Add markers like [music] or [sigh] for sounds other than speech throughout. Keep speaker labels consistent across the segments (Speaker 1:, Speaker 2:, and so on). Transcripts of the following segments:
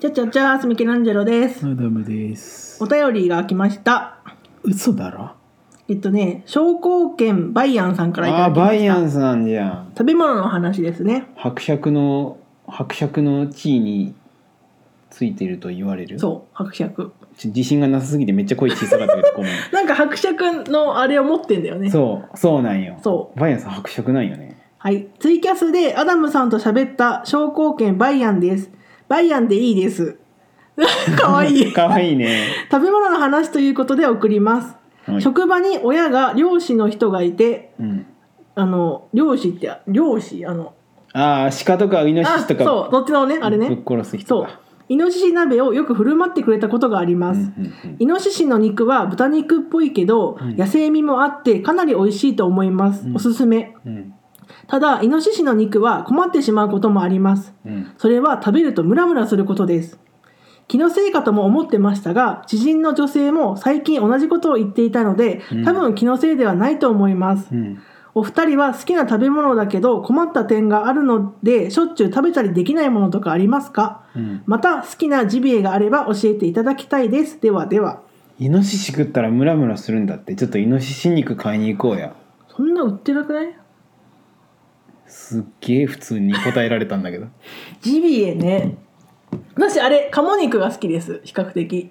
Speaker 1: ちゃちゃちゃーすみけランジェロです。
Speaker 2: のダムです
Speaker 1: お便りが来ました。
Speaker 2: 嘘だろ
Speaker 1: えっとね、商工券バイアンさんからい
Speaker 2: あ
Speaker 1: ただ
Speaker 2: あ
Speaker 1: きま
Speaker 2: バ
Speaker 1: し
Speaker 2: イ
Speaker 1: た。
Speaker 2: アンさんじゃん
Speaker 1: 食べ物の話ですね。
Speaker 2: 伯爵の伯爵の地位についてると言われるう
Speaker 1: そう、伯爵。
Speaker 2: 自信がなさすぎてめっちゃ声小さかったけどご
Speaker 1: [laughs]
Speaker 2: めん
Speaker 1: なんか伯爵のあれを持ってんだよね。
Speaker 2: そうそうなんよ
Speaker 1: そう
Speaker 2: バイアンさん伯爵なんよね
Speaker 1: はい。ツイキャスでアダムさんと喋った商工券バイアンです。バイアンでいいです。 [laughs] かわいい。
Speaker 2: [laughs] かわいいね、
Speaker 1: 食べ物の話ということで送ります。
Speaker 2: はい
Speaker 1: 職場に親が漁師の人がいて、
Speaker 2: うん、
Speaker 1: あの漁師って漁師あの
Speaker 2: ああ鹿とかイノシ
Speaker 1: あ
Speaker 2: シとか
Speaker 1: そうどっちのねあれね
Speaker 2: ぶっ殺す人
Speaker 1: そう
Speaker 2: か
Speaker 1: イノシシ鍋をよく振る舞ってくれたことがあります、
Speaker 2: うんうんうん
Speaker 1: イノシシの肉は豚肉っぽいけど、
Speaker 2: うん
Speaker 1: 野生味もあってかなり美味しいと思います、
Speaker 2: うん
Speaker 1: おすすめ
Speaker 2: うん
Speaker 1: ただイノシシの肉は困ってしまうこともあります
Speaker 2: うん
Speaker 1: それは食べるとムラムラすることです気のせいかとも思ってましたが知人の女性も最近同じことを言っていたので
Speaker 2: うん
Speaker 1: 多分気のせいではないと思います、
Speaker 2: うん
Speaker 1: お二人は好きな食べ物だけど困った点があるのでしょっちゅう食べたりできないものとかありますか
Speaker 2: うん
Speaker 1: また好きなジビエがあれば教えていただきたいですではでは
Speaker 2: イノシシ食ったらムラムラするんだってちょっとイノシシ肉買いに行こうや
Speaker 1: そんな売ってなくない
Speaker 2: すっげえ普通に答えられたんだけど
Speaker 1: ジビエね私あれ鴨肉が好きです比較的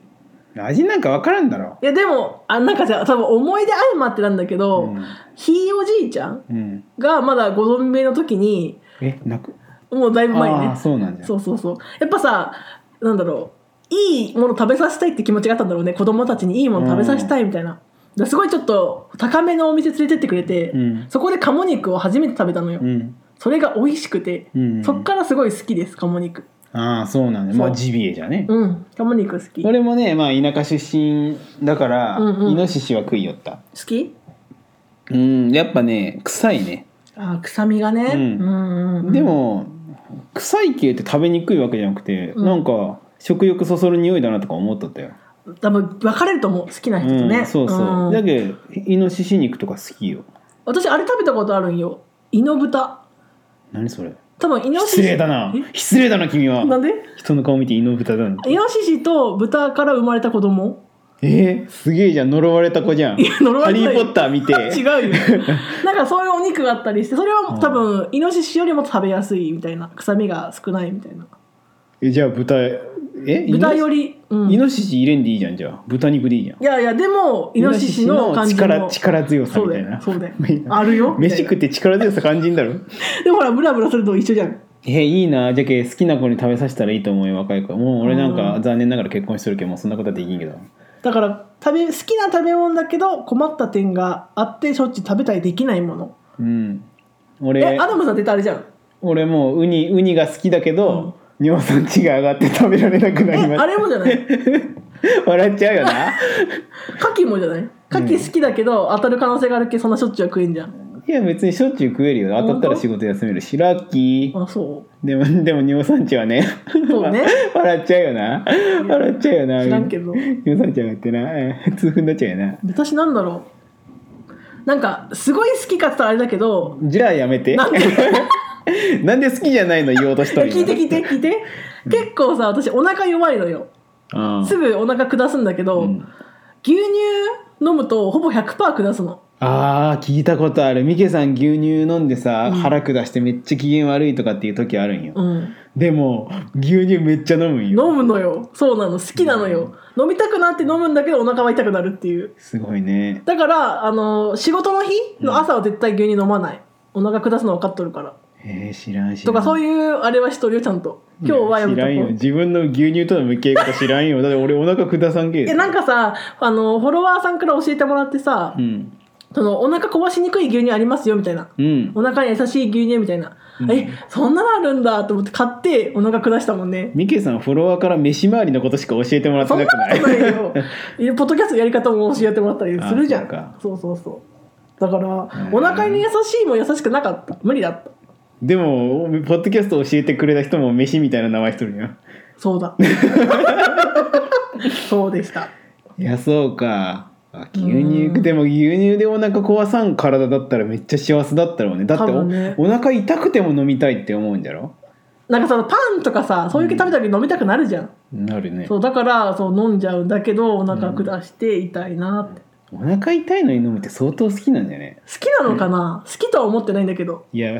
Speaker 2: 味なんかわからんだろ
Speaker 1: いやでもあなんかさ多分思い出相まってなんだけど、
Speaker 2: うん
Speaker 1: ひいおじいちゃん
Speaker 2: うん
Speaker 1: がまだご存命の時に
Speaker 2: えなく
Speaker 1: もうだいぶ前に
Speaker 2: あ
Speaker 1: ね
Speaker 2: あそうなんじゃ
Speaker 1: そうそうそうやっぱさなんだろういいもの食べさせたいって気持ちがあったんだろうね子供たちにいいもの食べさせたいみたいな、だからすごいちょっと高めのお店連れてってくれて、
Speaker 2: うん
Speaker 1: そこで鴨肉を初めて食べたのよ、
Speaker 2: うん
Speaker 1: それが美味しくて、
Speaker 2: うん
Speaker 1: そっからすごい好きです鴨肉
Speaker 2: ああそうなんだまあ
Speaker 1: そう
Speaker 2: ジビエじゃね、
Speaker 1: うん鴨肉好き好
Speaker 2: 俺もねまあ田舎出身だから、
Speaker 1: うんうん
Speaker 2: イノシシは食いよった
Speaker 1: き
Speaker 2: うんやっぱね臭いね
Speaker 1: あー臭みがね、
Speaker 2: うん
Speaker 1: うんうんうん
Speaker 2: でも、臭い系って食べにくいわけじゃなくて、
Speaker 1: うん
Speaker 2: なんか食欲そそる匂いだなとか思っとったよ、
Speaker 1: 多分分かれると思う好きな人とね、
Speaker 2: うん、そうそう、
Speaker 1: ん
Speaker 2: だけどイノシシ肉とか好きよ
Speaker 1: 私あれ食べたことあるんよイノブタ
Speaker 2: 何それ
Speaker 1: 多分イノシシ
Speaker 2: [laughs] 失礼だな失礼だな君
Speaker 1: えなん
Speaker 2: は
Speaker 1: で
Speaker 2: 人の顔見てイノブタだなんて
Speaker 1: イノシシと豚から生まれた子供
Speaker 2: えー、すげえじゃん呪われた子じゃん
Speaker 1: いや呪われてな
Speaker 2: ハ
Speaker 1: い
Speaker 2: リー・ポッター見て
Speaker 1: [laughs] 違うよ
Speaker 2: [laughs]
Speaker 1: なんかそういうお肉があったりしてそれは多分イノシシよりも食べやすいみたいな臭みが少ないみたいな
Speaker 2: えじゃあ豚え
Speaker 1: 豚よ
Speaker 2: り、
Speaker 1: り、うん、
Speaker 2: イ
Speaker 1: い
Speaker 2: ノシシ入れんでいいじゃんじゃあ豚肉でいいじゃん
Speaker 1: やいやでもイノシシの感じの
Speaker 2: 力力強さ
Speaker 1: そう
Speaker 2: みた
Speaker 1: だ
Speaker 2: いな
Speaker 1: よそうだよ
Speaker 2: [laughs]
Speaker 1: あるよみた
Speaker 2: 飯
Speaker 1: いな
Speaker 2: 食って力強さ感じん
Speaker 1: [laughs]
Speaker 2: だろ
Speaker 1: でもほらブラブラすると一緒じゃん
Speaker 2: えいいなじゃけ好きな子に食べさせたらいいと思うよ若い子もう俺なん
Speaker 1: う
Speaker 2: か
Speaker 1: ん
Speaker 2: 残念ながら結婚してるけどもうそんなことはできんけど
Speaker 1: だから食べ好きな食べ物だけど困った点があってしょっちゅう食べたりできないもの
Speaker 2: うん
Speaker 1: え
Speaker 2: 俺
Speaker 1: アダムさんって言ったらあれじゃん
Speaker 2: 俺もうウニウニが好きだけど、尿酸値が上がって食べられなくな
Speaker 1: え
Speaker 2: りま
Speaker 1: あ
Speaker 2: し
Speaker 1: れもじゃない
Speaker 2: た笑っちゃうよな
Speaker 1: 牡蠣もじゃない牡蠣好きだけど当たる可能性があるけどそんなしょっちゅうは食えんじゃん
Speaker 2: いや別にしょっちゅう食えるよ当たったら仕事休めるしラッキー
Speaker 1: あそ
Speaker 2: でもでも尿酸値はね
Speaker 1: うそうね
Speaker 2: [laughs] 笑っちゃうよな笑っちゃうよな
Speaker 1: 知らんけど
Speaker 2: 尿酸値上がってなうん痛風になっちゃうよな
Speaker 1: 私なんだろうなんかすごい好きかって言ったらあれだけど
Speaker 2: じゃあやめて
Speaker 1: なんで
Speaker 2: [laughs] なんで好きじゃないの言おうとし
Speaker 1: いや
Speaker 2: た
Speaker 1: 聞いて聞いて聞いて結構さ私お腹弱いのよ
Speaker 2: あ
Speaker 1: すぐお腹下すんだけど、牛乳飲むとほぼ100%下すの
Speaker 2: あー聞いたことあるミケさん牛乳飲んでさ、腹下してめっちゃ機嫌悪いとかっていう時あるんよ、
Speaker 1: うん
Speaker 2: でも牛乳めっちゃ飲むんよ
Speaker 1: 飲むのよそうなの好きなのよ、飲みたくなって飲むんだけどお腹は痛くなるっていう
Speaker 2: すごいね
Speaker 1: だからあの仕事の日の朝は絶対牛乳飲まない、お腹下すの分かっとるから
Speaker 2: えー、知らんし
Speaker 1: とかそう
Speaker 2: う
Speaker 1: いうあれはしとるよちゃんと今日はやめ
Speaker 2: 知
Speaker 1: と
Speaker 2: ら
Speaker 1: こ
Speaker 2: んよ
Speaker 1: う
Speaker 2: 自分の牛乳との向き合い方知らんよだって俺お腹下さんけ
Speaker 1: いやなんかさあのフォロワーさんから教えてもらってさ、
Speaker 2: うん
Speaker 1: そのお腹壊しにくい牛乳ありますよみたいな
Speaker 2: うん
Speaker 1: お腹に優しい牛乳みたいな、
Speaker 2: うん
Speaker 1: えそんなのあるんだと思って買ってお腹下したもんね
Speaker 2: ミケさんフォロワーから飯回りのことしか教えてもらって
Speaker 1: そん
Speaker 2: な
Speaker 1: な
Speaker 2: くな
Speaker 1: こ
Speaker 2: い
Speaker 1: とないよいやポッドキャストやり方も教えてもらったりするじゃん
Speaker 2: あそうか
Speaker 1: そうそうそうだから、
Speaker 2: ん
Speaker 1: お腹に優しいも優しくなかった無理だった
Speaker 2: でもポッドキャスト教えてくれた人も飯みたいな名前しとるよ
Speaker 1: そうだ [laughs] そうでした
Speaker 2: いやそうかあ牛乳でも牛乳でお腹壊さん体だったらめっちゃ幸せだったろうねだって
Speaker 1: 多
Speaker 2: お,、
Speaker 1: 分ね
Speaker 2: お腹痛くても飲みたいって思うんじゃろ
Speaker 1: なんかそのパンとかさそういう系食べた時飲みたくなるじゃん、
Speaker 2: なるね
Speaker 1: そうだからそう飲んじゃうんだけどお腹下して痛いなって、
Speaker 2: お腹痛いのに飲むって相当好きなんじゃね
Speaker 1: 好きなのかな、好きとは思ってないんだけど
Speaker 2: いや [laughs] いや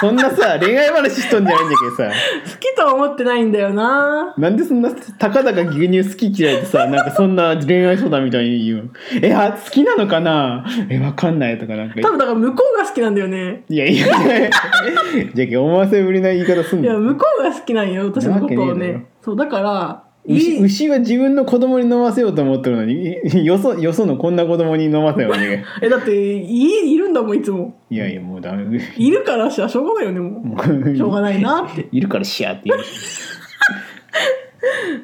Speaker 2: そんなさ恋愛話しとんじゃないんだけどさ
Speaker 1: 好きとは思ってないんだよな
Speaker 2: なんでそんなたかだか牛乳好き嫌いでさなんかそんな恋愛相談みたいに言うのえあ好きなのかなえわかんないとかなんか
Speaker 1: 多分だから向こうが好きなんだよね
Speaker 2: いやいやいやいやじゃけ思わせぶりな言い方すん
Speaker 1: いや
Speaker 2: の
Speaker 1: 向こうが好きなんよ私のこと
Speaker 2: な
Speaker 1: を
Speaker 2: わけねえ
Speaker 1: ね
Speaker 2: だろ
Speaker 1: そうだからい
Speaker 2: 牛
Speaker 1: い
Speaker 2: 牛は自分の子供に飲ませようと思ってるのに [laughs] よそよそのこんな子供に飲ませようね
Speaker 1: えだって家にいるんだもんいつも
Speaker 2: いやいやもうダメ
Speaker 1: いるからしゃしょうがないよねも
Speaker 2: もう
Speaker 1: うしょうがないなって
Speaker 2: いるからしやって言う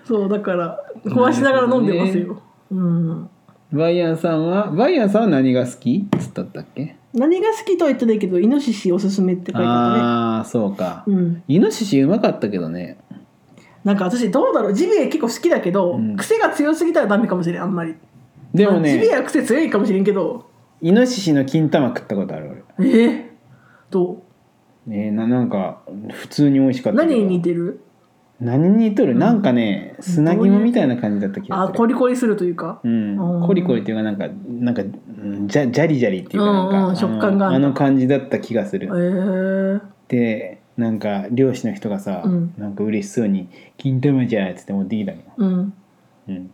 Speaker 1: そうだから壊しながら飲んでますよ、うん
Speaker 2: バイアンさんはバイアンさんは何が好きっつったったっけ
Speaker 1: 何が好きとは言ってないけどイノシシおすすめって書いてあっ
Speaker 2: ああそうか
Speaker 1: たねうん
Speaker 2: イノシシうまかったけどね
Speaker 1: なんか私どうだろうジビエ結構好きだけど、
Speaker 2: うん
Speaker 1: 癖が強すぎたらダメかもしれんあんまり
Speaker 2: でも
Speaker 1: まあジビエ
Speaker 2: ね
Speaker 1: は癖強いかもしれんけど
Speaker 2: イノシシの金玉食ったことある
Speaker 1: えー、ど
Speaker 2: 俺ねななんか普通に美味しか
Speaker 1: う
Speaker 2: ったけど
Speaker 1: 何に似てる
Speaker 2: 何に似とる、なんかね砂肝みたいな感じだった気がす
Speaker 1: あ
Speaker 2: る
Speaker 1: コリコリするというか、
Speaker 2: うん、
Speaker 1: うん
Speaker 2: コリコリっていうかなんかなんかうんじゃじゃりじゃりっていうかなんか、
Speaker 1: うんうん食感が
Speaker 2: あ
Speaker 1: あ
Speaker 2: の
Speaker 1: る
Speaker 2: あの感じだった気がす
Speaker 1: え
Speaker 2: る。
Speaker 1: ー、
Speaker 2: でなんか漁師の人がさ、
Speaker 1: うん
Speaker 2: なんか嬉しそうに「金玉じゃ」っつって持ってきたのよ。
Speaker 1: うん
Speaker 2: うん、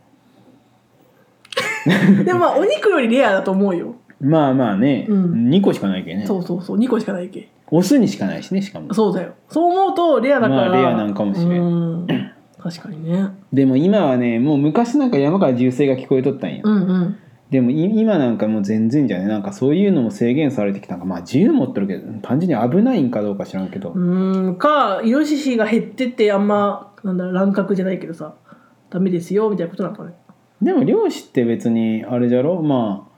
Speaker 1: でもまあお肉よりレアだと思うよ
Speaker 2: まあまあね、
Speaker 1: うん
Speaker 2: 2個しかないけどね
Speaker 1: そうそうそう2個しかないけ
Speaker 2: オスにしかないしねしかも。
Speaker 1: そうだよそう思うとレアだから、
Speaker 2: まあレアなんかもしれん
Speaker 1: うん確かにね
Speaker 2: でも今はねもう昔なんか山から銃声が聞こえとったんや。
Speaker 1: うんうん
Speaker 2: でもい今なんかもう全然じゃねなんかそういうのも制限されてきたんかまあ銃持ってるけど単純に危ないんかどうか知らんけど、
Speaker 1: うんかイノシシが減ってってあんまなんだろう乱獲じゃないけどさダメですよみたいなことなのかね
Speaker 2: でも漁師って別にあれじゃろまあ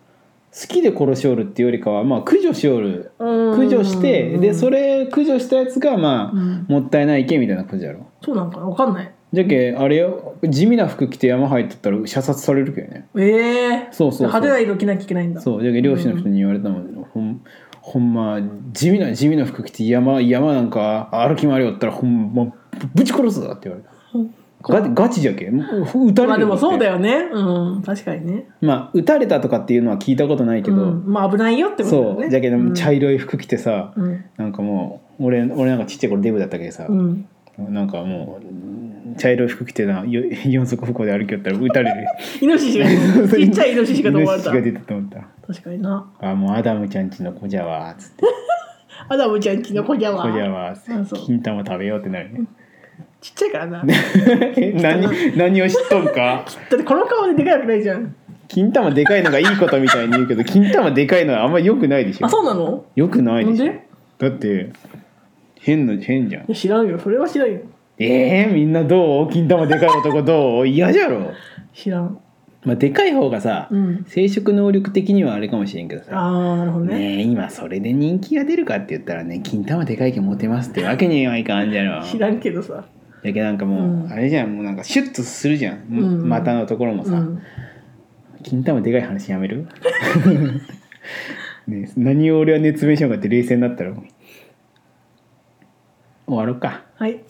Speaker 2: 好きで殺しおるっていうよりかはまあ駆除しおる
Speaker 1: 駆
Speaker 2: 駆除してでそ
Speaker 1: れ、
Speaker 2: れ駆除したやつがま
Speaker 1: う
Speaker 2: あ
Speaker 1: ん
Speaker 2: もったいないけみたいな感じやろ
Speaker 1: そうなんかなわかんない
Speaker 2: じゃけあれよ地味な服着て山入ってったら射殺されるけどね
Speaker 1: ええ
Speaker 2: そうそうそう
Speaker 1: 派手な色着なきゃいけないんだ
Speaker 2: そうじゃけ漁師の人に言われたもん、ほんほんま地味な地味な服着て山山なんか歩き回りおったらほんまぶち殺すぞって言われた
Speaker 1: うん
Speaker 2: ガチガチじゃけもう撃たれる
Speaker 1: まあでもそうだ
Speaker 2: よ
Speaker 1: よねうん確かにね
Speaker 2: まあ撃たれたとかっていうのは聞いたことないけど、
Speaker 1: うん、まあ危ないよってことだよね
Speaker 2: そうじゃけど茶色い服着てさ、
Speaker 1: うん
Speaker 2: なんかもう俺俺なんかちっちゃい頃デブだったけどさ
Speaker 1: う、ん
Speaker 2: なんかもう茶色い服着てなよ四足歩行で歩きよったら撃た
Speaker 1: [laughs]
Speaker 2: れる
Speaker 1: イノシ
Speaker 2: [laughs]
Speaker 1: シがちっちゃいイノシシがと思われた
Speaker 2: イノシシが出たと思った
Speaker 1: 確かにな
Speaker 2: あもうアダムちゃんちの子じゃわーっつって
Speaker 1: アダムちゃんちの子じゃわ
Speaker 2: 子じゃわーっ
Speaker 1: あ
Speaker 2: つ
Speaker 1: そう
Speaker 2: って金玉食べようってなるね
Speaker 1: ちっちゃいからな
Speaker 2: [laughs] 何何を知っとんか
Speaker 1: だってこの顔ででかいわけないじゃん
Speaker 2: 金玉でかいのがいいことみたいに言うけど金玉でかいのはあんま良くないでしょ
Speaker 1: あそうなの
Speaker 2: 良くないでし
Speaker 1: な
Speaker 2: ょ
Speaker 1: んで
Speaker 2: だって変の変じゃん
Speaker 1: いや知らんよそれは知らんよ
Speaker 2: えー、みんなどう金玉でかい男どう嫌じゃろ
Speaker 1: 知らん
Speaker 2: まあ、でかい方がさ、
Speaker 1: うん
Speaker 2: 生殖能力的にはあれかもしれんけどさ
Speaker 1: ああなるほどね
Speaker 2: ねえ今それで人気が出るかって言ったらね金玉でかいけモテますってわけにはいかんじゃろ
Speaker 1: 知らんけどさ
Speaker 2: だけどなんかもう、
Speaker 1: うん
Speaker 2: あれじゃんもうなんかシュッとするじゃん、
Speaker 1: うん
Speaker 2: 股のところも
Speaker 1: う
Speaker 2: さ、
Speaker 1: ん
Speaker 2: 金玉でかい話やめる [laughs] ねえ何を俺は熱弁しようかって冷静になったら終わろうか
Speaker 1: はい